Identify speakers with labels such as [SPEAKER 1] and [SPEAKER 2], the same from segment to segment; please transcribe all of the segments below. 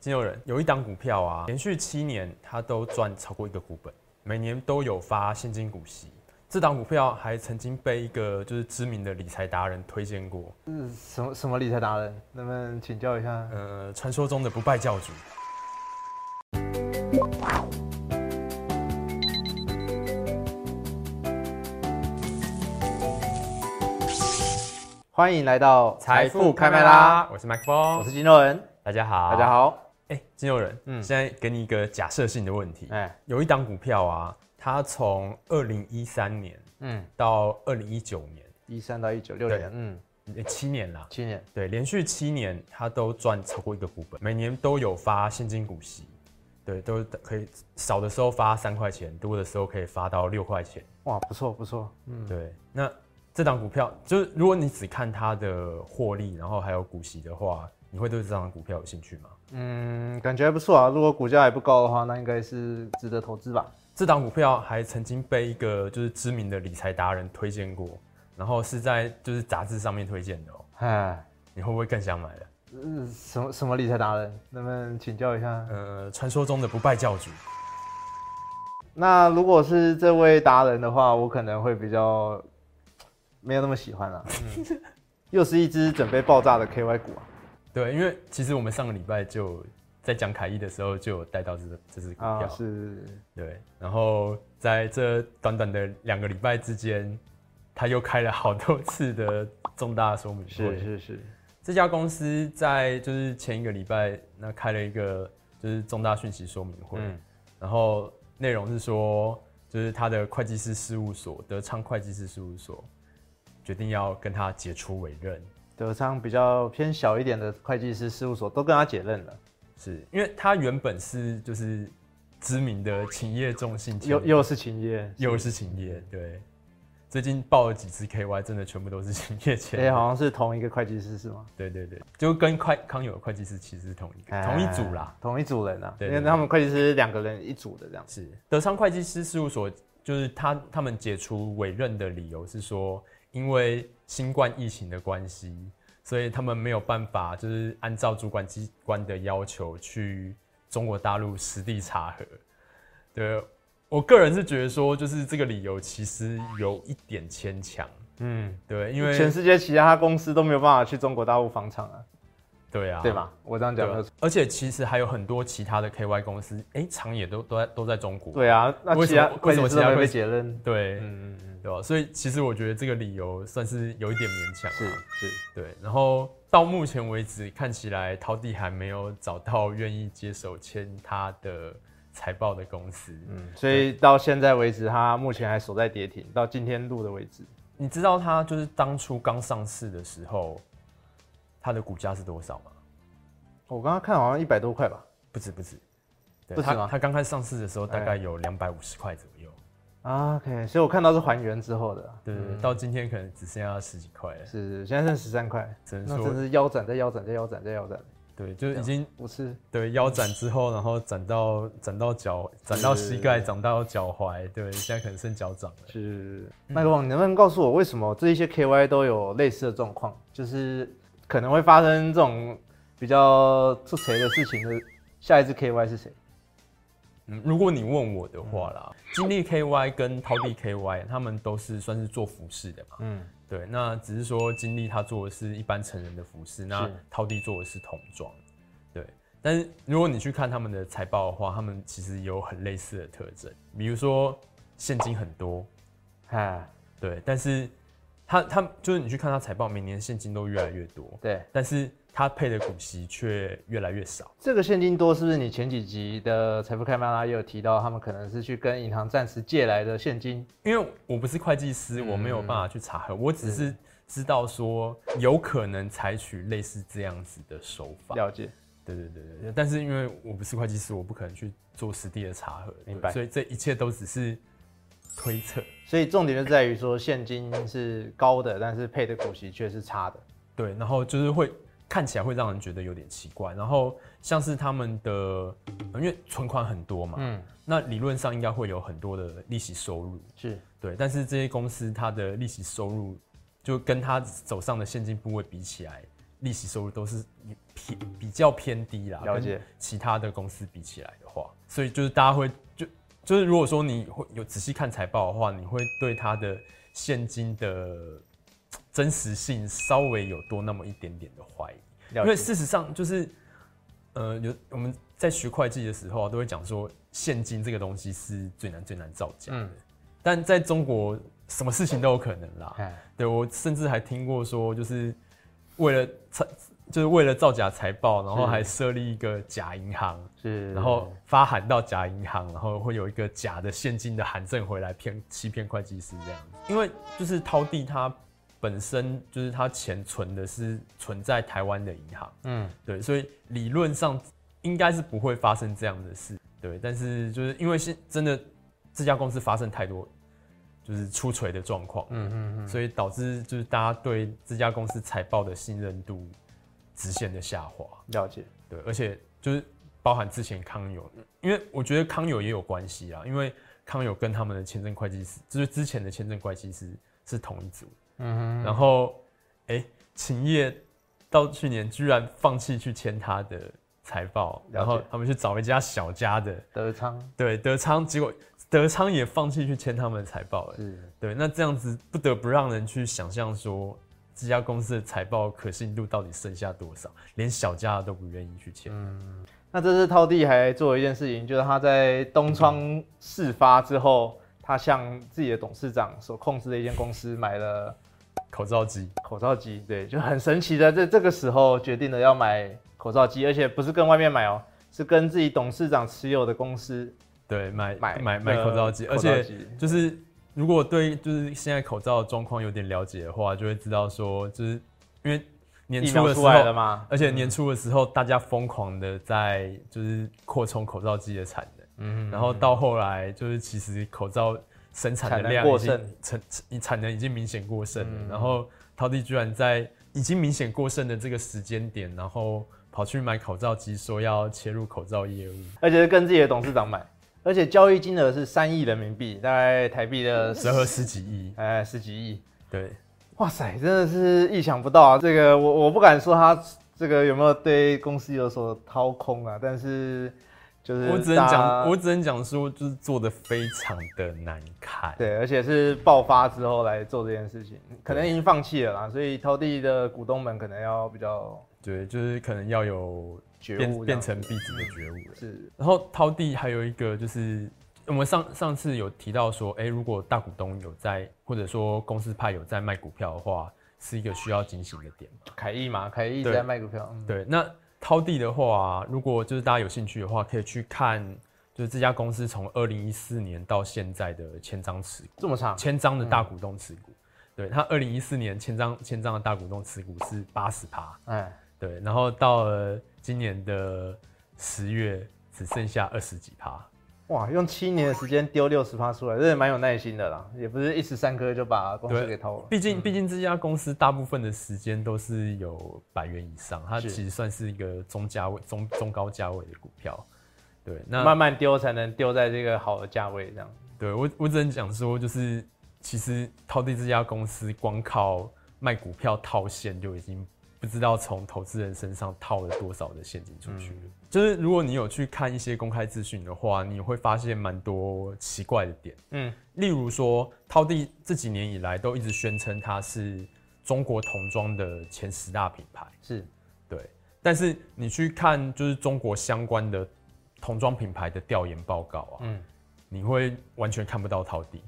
[SPEAKER 1] 金牛人有一档股票啊，连续七年它都赚超过一个股本，每年都有发现金股息。这档股票还曾经被一个就是知名的理财达人推荐过，
[SPEAKER 2] 嗯，什么什么理财达人？能不能请教一下？
[SPEAKER 1] 呃，传说中的不败教主。
[SPEAKER 2] 欢迎来到
[SPEAKER 1] 我是麦克
[SPEAKER 2] 我
[SPEAKER 1] 风
[SPEAKER 2] 是，金肉人，
[SPEAKER 1] 大家好，
[SPEAKER 2] 大家。好。
[SPEAKER 1] 哎、金牛人，嗯，
[SPEAKER 2] 嗯
[SPEAKER 1] 现在给你一个假设性的问题，
[SPEAKER 2] 哎，
[SPEAKER 1] 有一档股票啊，它从二零一三年
[SPEAKER 2] 嗯，
[SPEAKER 1] 到二零一九年，
[SPEAKER 2] 一三到一九六
[SPEAKER 1] 对
[SPEAKER 2] 年，嗯，
[SPEAKER 1] 呃七年啦，
[SPEAKER 2] 七年，
[SPEAKER 1] 对，连续七年它都赚超过一个股本，每年都有发现金股息，对，都可以少的时候发三块钱，多的时候可以发到六块钱。
[SPEAKER 2] 哇，不错不错，嗯，
[SPEAKER 1] 对，那这档股票就是如果你只看它的获利，然后还有股息的话，你会对这档股票有兴趣吗？
[SPEAKER 2] 嗯，感觉还不错啊。如果股价还不高的话，那应该是值得投资吧？
[SPEAKER 1] 这档股票还曾经被一个就是知名的理财达人推荐过，然后是在就是杂志上面推荐的哦、
[SPEAKER 2] 哎，
[SPEAKER 1] 你会不会更想买了？
[SPEAKER 2] 嗯，什么什么理财达人？能不能请教一下？
[SPEAKER 1] 呃，传说中的不败教主，
[SPEAKER 2] 那如果是这位达人的话，我可能会比较没有那么喜欢啦。嗯 又是一只准备爆炸的 KY 股啊！
[SPEAKER 1] 对，因为其实我们上个礼拜就有在讲凯伊的时候就有带到这这只股票，
[SPEAKER 2] 啊，是
[SPEAKER 1] 对，然后在这短短的两个礼拜之间，他又开了好多次的重大说明会，
[SPEAKER 2] 是是是，
[SPEAKER 1] 这家公司在就是前一个礼拜那开了一个就是重大讯息说明会，
[SPEAKER 2] 嗯
[SPEAKER 1] 然后内容是说，就是他的会计师事务所德昌会计师事务所决定要跟他解除委任，
[SPEAKER 2] 德昌比较偏小一点的会计师事务所都跟他解任了，
[SPEAKER 1] 是因为他原本是就是知名的企业中信签
[SPEAKER 2] 又又是秦业，
[SPEAKER 1] 又是企业，对，最近报了几次 KY，真的全部都是企业签
[SPEAKER 2] 哎、
[SPEAKER 1] 约，
[SPEAKER 2] 好像是同一个会计师是吗？
[SPEAKER 1] 对对对，就跟快康友的会计师其实是同一个、同一组啦
[SPEAKER 2] 哎，，同一组人啊，
[SPEAKER 1] 对
[SPEAKER 2] 因
[SPEAKER 1] 对
[SPEAKER 2] 为
[SPEAKER 1] 对
[SPEAKER 2] 他们会计师两个人一组的这样。
[SPEAKER 1] 是德昌会计师事务所，就是他他们解除委任的理由是说，因为新冠疫情的关系，所以他们没有办法就是按照主管机关的要求去中国大陆实地查核。对我个人是觉得说，就是这个理由其实有一点牵强，
[SPEAKER 2] 嗯，
[SPEAKER 1] 对，因为
[SPEAKER 2] 全世界其他公司都没有办法去中国大陆房厂啊，
[SPEAKER 1] 对啊，
[SPEAKER 2] 对？吧？我这样
[SPEAKER 1] 对
[SPEAKER 2] 讲没
[SPEAKER 1] 啊
[SPEAKER 2] 有错。，
[SPEAKER 1] 而且其实还有很多其他的 KY 公司，哎、厂也都都在都在中国，
[SPEAKER 2] 对啊，那
[SPEAKER 1] 为
[SPEAKER 2] 其
[SPEAKER 1] 什
[SPEAKER 2] 他
[SPEAKER 1] 么为
[SPEAKER 2] 会
[SPEAKER 1] 什么
[SPEAKER 2] 计
[SPEAKER 1] 其
[SPEAKER 2] 师
[SPEAKER 1] 他
[SPEAKER 2] 都没
[SPEAKER 1] 会
[SPEAKER 2] 被
[SPEAKER 1] 计
[SPEAKER 2] 解任？
[SPEAKER 1] 对，
[SPEAKER 2] 嗯嗯嗯，
[SPEAKER 1] 对吧？所以其实我觉得这个理由算是有一点勉强、啊，
[SPEAKER 2] 是是，
[SPEAKER 1] 对。然后到目前为止，看起来陶弟还没有找到愿意接手签他的财报的公司。
[SPEAKER 2] 嗯，所以到现在为止，他目前还守在跌停，到今天录的为止，
[SPEAKER 1] 你知道他就是当初刚上市的时候，他的股价是多少吗？
[SPEAKER 2] 哦我刚刚看好像一百多块吧。
[SPEAKER 1] 不止不止，对
[SPEAKER 2] 不止
[SPEAKER 1] 他
[SPEAKER 2] 吗
[SPEAKER 1] 他刚开始上市的时候大概
[SPEAKER 2] 哎
[SPEAKER 1] 有两百五十块左右，
[SPEAKER 2] 啊 OK，所以我看到是还原之后的啊，
[SPEAKER 1] 对对对，到今天可能只剩下十几块了，
[SPEAKER 2] 是是现在剩十三块，
[SPEAKER 1] 只能
[SPEAKER 2] 那
[SPEAKER 1] 说
[SPEAKER 2] 真是腰斩再腰斩再腰斩再腰斩，
[SPEAKER 1] 对，就是已经
[SPEAKER 2] 五次。
[SPEAKER 1] 对，腰斩之后，然后斩到斩到脚，斩到膝盖，斩到脚踝，对，现在可能剩脚掌了。
[SPEAKER 2] 是嗯麦克风，你能不能告诉我为什么这一些 KY 都有类似的状况，就是可能会发生这种比较出谁的事情的？下一只 KY 是谁？
[SPEAKER 1] 嗯，如果你问我的话啦，金立 KY 跟陶地 KY 他们都是算是做服饰的嘛，
[SPEAKER 2] 嗯，
[SPEAKER 1] 对，那只是说金立他做的是一般成人的服饰，那
[SPEAKER 2] 是
[SPEAKER 1] 陶地做的是童装，对。但是如果你去看他们的财报的话，他们其实有很类似的特征，比如说现金很多，
[SPEAKER 2] 哎，
[SPEAKER 1] 对，但是他他就是你去看他财报，每年现金都越来越多，
[SPEAKER 2] 对，
[SPEAKER 1] 但是他配的股息却越来越少。
[SPEAKER 2] 这个现金多是不是你前几集的财富开曼拉也有提到，他们可能是去跟银行暂时借来的现金？
[SPEAKER 1] 因为我不是会计师，我没
[SPEAKER 2] 嗯
[SPEAKER 1] 有办法去查核，我只是知道说有可能采取类似这样子的手法。
[SPEAKER 2] 了解，
[SPEAKER 1] 对对对对对，但是因为我不是会计师，我不可能去做实地的查核，对
[SPEAKER 2] 明白
[SPEAKER 1] 所以这一切都只是推测。
[SPEAKER 2] 所以重点就在于说现金是高的，但是配的股息却是差的。
[SPEAKER 1] 对，然后就是会看起来会让人觉得有点奇怪。然后像是他们的，呃因为存款很多嘛，
[SPEAKER 2] 嗯，
[SPEAKER 1] 那理论上应该会有很多的利息收入。
[SPEAKER 2] 是
[SPEAKER 1] 对，但是这些公司它的利息收入就跟它手上的现金部位比起来，利息收入都是偏比较偏低啦，
[SPEAKER 2] 了解。
[SPEAKER 1] 其他的公司比起来的话，所以就是大家会就就是如果说你会有仔细看财报的话，你会对它的现金的真实性稍微有多那么一点点的怀疑。
[SPEAKER 2] 了
[SPEAKER 1] 因为
[SPEAKER 2] 解
[SPEAKER 1] 事实上就是，呃，有我们在学会计的时候啊、都会讲说，现金这个东西是最难最难造假的。
[SPEAKER 2] 嗯
[SPEAKER 1] 但在中国，什么事情都有可能啦。
[SPEAKER 2] 哎
[SPEAKER 1] 对我甚至还听过说，就是为了财，就是为了造假财报，然后
[SPEAKER 2] 是
[SPEAKER 1] 还设立一个假银行，
[SPEAKER 2] 是，
[SPEAKER 1] 然后发函到假银行，然后会有一个假的现金的函证回来骗欺骗会计师这样子。因为就是涛弟他本身就是他钱存的是存在台湾的银行，
[SPEAKER 2] 嗯，
[SPEAKER 1] 对，所以理论上应该是不会发生这样的事，对。但是就是因为现真的这家公司发生太多就是出锤的状况，嗯嗯嗯，所以导致就是大家对这家公司财报的信任度直线的下滑。
[SPEAKER 2] 了解，
[SPEAKER 1] 对，而且就是包含之前康友，因为我觉得康友也有关系啊啦，因为康友跟他们的签证会计师，就是之前的签证会计师是同一组，
[SPEAKER 2] 嗯
[SPEAKER 1] 然后哎、秦业到去年居然放弃去签他的财报，然后他们去找一家小家的，
[SPEAKER 2] 哼，德昌
[SPEAKER 1] 对，德昌，结果德昌也放弃去签他们的财报了，
[SPEAKER 2] 是
[SPEAKER 1] 对，那这样子不得不让人去想象说。这家公司的财报可信度到底剩下多少？连小家的都不愿意去
[SPEAKER 2] 嗯
[SPEAKER 1] 签。
[SPEAKER 2] 那这次涛弟还做了一件事情，就是他在东窗事发之后，他向自己的董事长所控制的一间公司买了
[SPEAKER 1] 口罩机，
[SPEAKER 2] 口罩机，对，就很神奇的，在这个时候决定了要买口罩机，而且不是跟外面买哦，是跟自己董事长持有的公司
[SPEAKER 1] 对，买
[SPEAKER 2] 买
[SPEAKER 1] 买
[SPEAKER 2] 的
[SPEAKER 1] 买口罩机，而
[SPEAKER 2] 口罩
[SPEAKER 1] 且
[SPEAKER 2] 机
[SPEAKER 1] 就是如果对就是现在口罩的状况有点了解的话，就会知道说，就是因为年
[SPEAKER 2] 疫
[SPEAKER 1] 初
[SPEAKER 2] 苗
[SPEAKER 1] 的时
[SPEAKER 2] 出来了
[SPEAKER 1] 候，
[SPEAKER 2] 嘛，
[SPEAKER 1] 而且年初的时候大家疯狂的在就是扩充口罩机的产能，
[SPEAKER 2] 嗯，
[SPEAKER 1] 然后到后来就是其实口罩生产的量已
[SPEAKER 2] 产能嗯
[SPEAKER 1] 经产产能已经明显过剩了，然后陶弟居然在已经明显过剩的这个时间点，然后跑去买口罩机，说要切入口罩业务。
[SPEAKER 2] 而且是跟自己的董事长买，而且交易金额是三亿人民币，大概台币的
[SPEAKER 1] 折合十几亿，
[SPEAKER 2] 哎十几亿，
[SPEAKER 1] 对，
[SPEAKER 2] 哇塞，真的是意想不到啊！这个我我不敢说他这个有没有对公司有所掏空啊，但是就是
[SPEAKER 1] 我只
[SPEAKER 2] 大
[SPEAKER 1] 能
[SPEAKER 2] 家
[SPEAKER 1] 讲，我只能讲说，就是做的非常的难看。
[SPEAKER 2] 对，而且是爆发之后来做这件事情，可能已经放弃了啦，所以投递的股东们可能要比较
[SPEAKER 1] 对，就是可能要有
[SPEAKER 2] 觉
[SPEAKER 1] 变
[SPEAKER 2] 悟
[SPEAKER 1] 变
[SPEAKER 2] 这样
[SPEAKER 1] 成壁纸的觉悟了。
[SPEAKER 2] 是
[SPEAKER 1] 然后涛弟还有一个就是，我们上上次有提到说，哎、如果大股东有在，或者说公司派有在卖股票的话，是一个需要警醒的点。
[SPEAKER 2] 凯翼嘛，凯翼一直
[SPEAKER 1] 对
[SPEAKER 2] 在卖股票，嗯，
[SPEAKER 1] 对，那涛弟的话、如果就是大家有兴趣的话，可以去看，就是这家公司从二零一四年到现在的千张持股。
[SPEAKER 2] 这么长，
[SPEAKER 1] 千张的大股东持股，对他二零一四年千张千张的大股东持股是八十趴，
[SPEAKER 2] 哎，
[SPEAKER 1] 对，然后到了今年的十月只剩下二十几趴，
[SPEAKER 2] 哇，用七年的时间丢六十趴出来，真的蛮有耐心的啦，也不是一时三刻就把公司
[SPEAKER 1] 对
[SPEAKER 2] 给掏了，
[SPEAKER 1] 毕竟毕竟这家公司大部分的时间都是有百元以上，它
[SPEAKER 2] 是
[SPEAKER 1] 其实算是一个中价位中中高价位的股票，对，那
[SPEAKER 2] 慢慢丢才能丢在这个好的价位这样。
[SPEAKER 1] 对我，我只能讲说，就是其实涛弟这家公司光靠卖股票套现就已经不知道从投资人身上套了多少的现金出去了。就是如果你有去看一些公开资讯的话，你会发现蛮多奇怪的点，
[SPEAKER 2] 嗯，
[SPEAKER 1] 例如说涛弟这几年以来都一直宣称它是中国童装的前十大品牌。
[SPEAKER 2] 是
[SPEAKER 1] 对，但是你去看就是中国相关的童装品牌的调研报告啊，
[SPEAKER 2] 嗯
[SPEAKER 1] 嗯，你会完全看不到陶笛。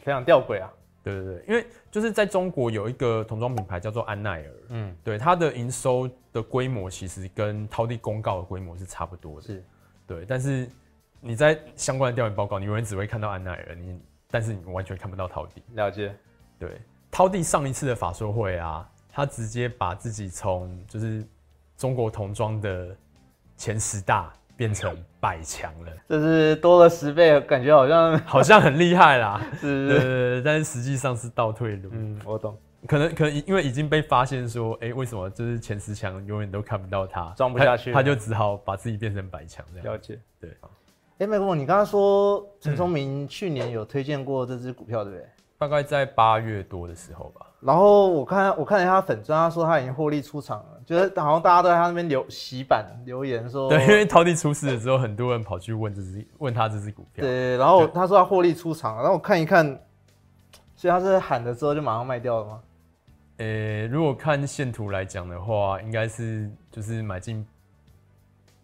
[SPEAKER 2] 非常吊诡啊。
[SPEAKER 1] 对对对，因为就是在中国有一个童装品牌叫做安奈儿，
[SPEAKER 2] 嗯，
[SPEAKER 1] 对它的营收的规模其实跟陶笛公告的规模是差不多的，
[SPEAKER 2] 是
[SPEAKER 1] 对，但是你在相关的调研报告，你永远只会看到安奈儿，你但是你完全看不到陶笛。
[SPEAKER 2] 了解。
[SPEAKER 1] 对，涛弟上一次的法说会啊，他直接把自己从就是中国童装的前十大变成百强了，
[SPEAKER 2] 这是多了十倍，感觉好像
[SPEAKER 1] 好像很厉害啦。 对对
[SPEAKER 2] 是。
[SPEAKER 1] 对，但是实际上是倒退路，
[SPEAKER 2] 嗯，我懂，
[SPEAKER 1] 可能可能因为已经被发现说，哎、为什么就是前十强永远都看不到他，
[SPEAKER 2] 装不下去
[SPEAKER 1] 他，他
[SPEAKER 2] 了
[SPEAKER 1] 就只好把自己变成百强这样。
[SPEAKER 2] 了解。
[SPEAKER 1] 对，嗯
[SPEAKER 2] 哎、麦克风，你刚刚说陈松明去年有推荐过这只股票，对不对？
[SPEAKER 1] 大概在八月多的时候吧。
[SPEAKER 2] 然后我看我看了一下他粉砖，他说他已经获利出场了，就是好像大家都在他那边留洗版留言说，
[SPEAKER 1] 对，因为陶地出事了之后，很多人跑去问这只问他这只股票。
[SPEAKER 2] 对，然后他说他获利出场了，然后我看一看，所以他是喊了之后就马上卖掉了吗？
[SPEAKER 1] 呃、如果看线图来讲的话，应该是就是买进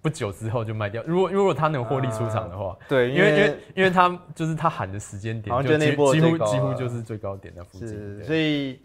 [SPEAKER 1] 不久之后就卖掉。如果如果他能获利出场的话，
[SPEAKER 2] 对，
[SPEAKER 1] 因为因为因为他就是他喊的时间点
[SPEAKER 2] 啊好像
[SPEAKER 1] 就
[SPEAKER 2] 就那
[SPEAKER 1] 几
[SPEAKER 2] 一波
[SPEAKER 1] 几
[SPEAKER 2] 最
[SPEAKER 1] 乎
[SPEAKER 2] 高
[SPEAKER 1] 几乎
[SPEAKER 2] 了
[SPEAKER 1] 就是最高点那附近。
[SPEAKER 2] 是，
[SPEAKER 1] 对
[SPEAKER 2] 所以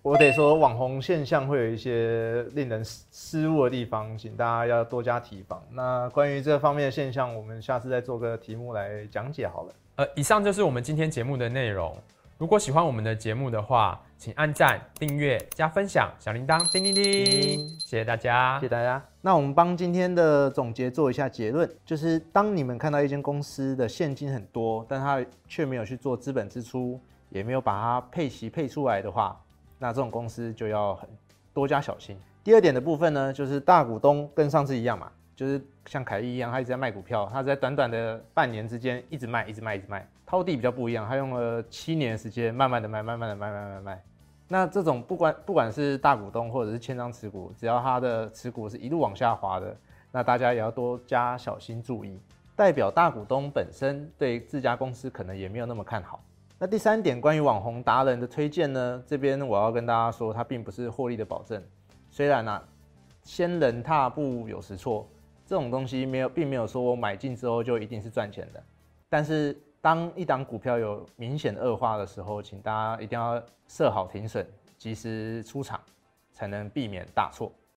[SPEAKER 2] 我得说网红现象会有一些令人失失误的地方，请大家要多加提防。那关于这方面的现象，我们下次再做个题目来讲解好了。
[SPEAKER 1] 呃，以上就是我们今天节目的内容。如果喜欢我们的节目的话，请按赞、订阅、加分享，小铃铛叮叮叮，谢谢大家
[SPEAKER 2] 谢谢。大家。那我们帮今天的总结做一下结论，就是当你们看到一间公司的现金很多，但它却没有去做资本支出，也没有把它配息配出来的话，那这种公司就要很多加小心。第二点的部分呢，就是大股东跟上次一样嘛，就是像凯一一样，他一直在卖股票，他在短短的半年之间一直卖，一直卖，一直卖。涛地比较不一样，他用了七年的时间，慢慢的卖，慢慢的卖，慢慢地卖。那这种不管不管是大股东或者是千张持股，只要它的持股是一路往下滑的，那大家也要多加小心注意。代表大股东本身对自家公司可能也没有那么看好。那第三点，关于网红达人的推荐呢，这边我要跟大家说，它并不是获利的保证。虽然啊，先人踏步有时错，这种东西没有，并没有说我买进之后就一定是赚钱的。但是当一档股票有明显恶化的时候，请大家一定要设好停损，及时出场，才能避免大错。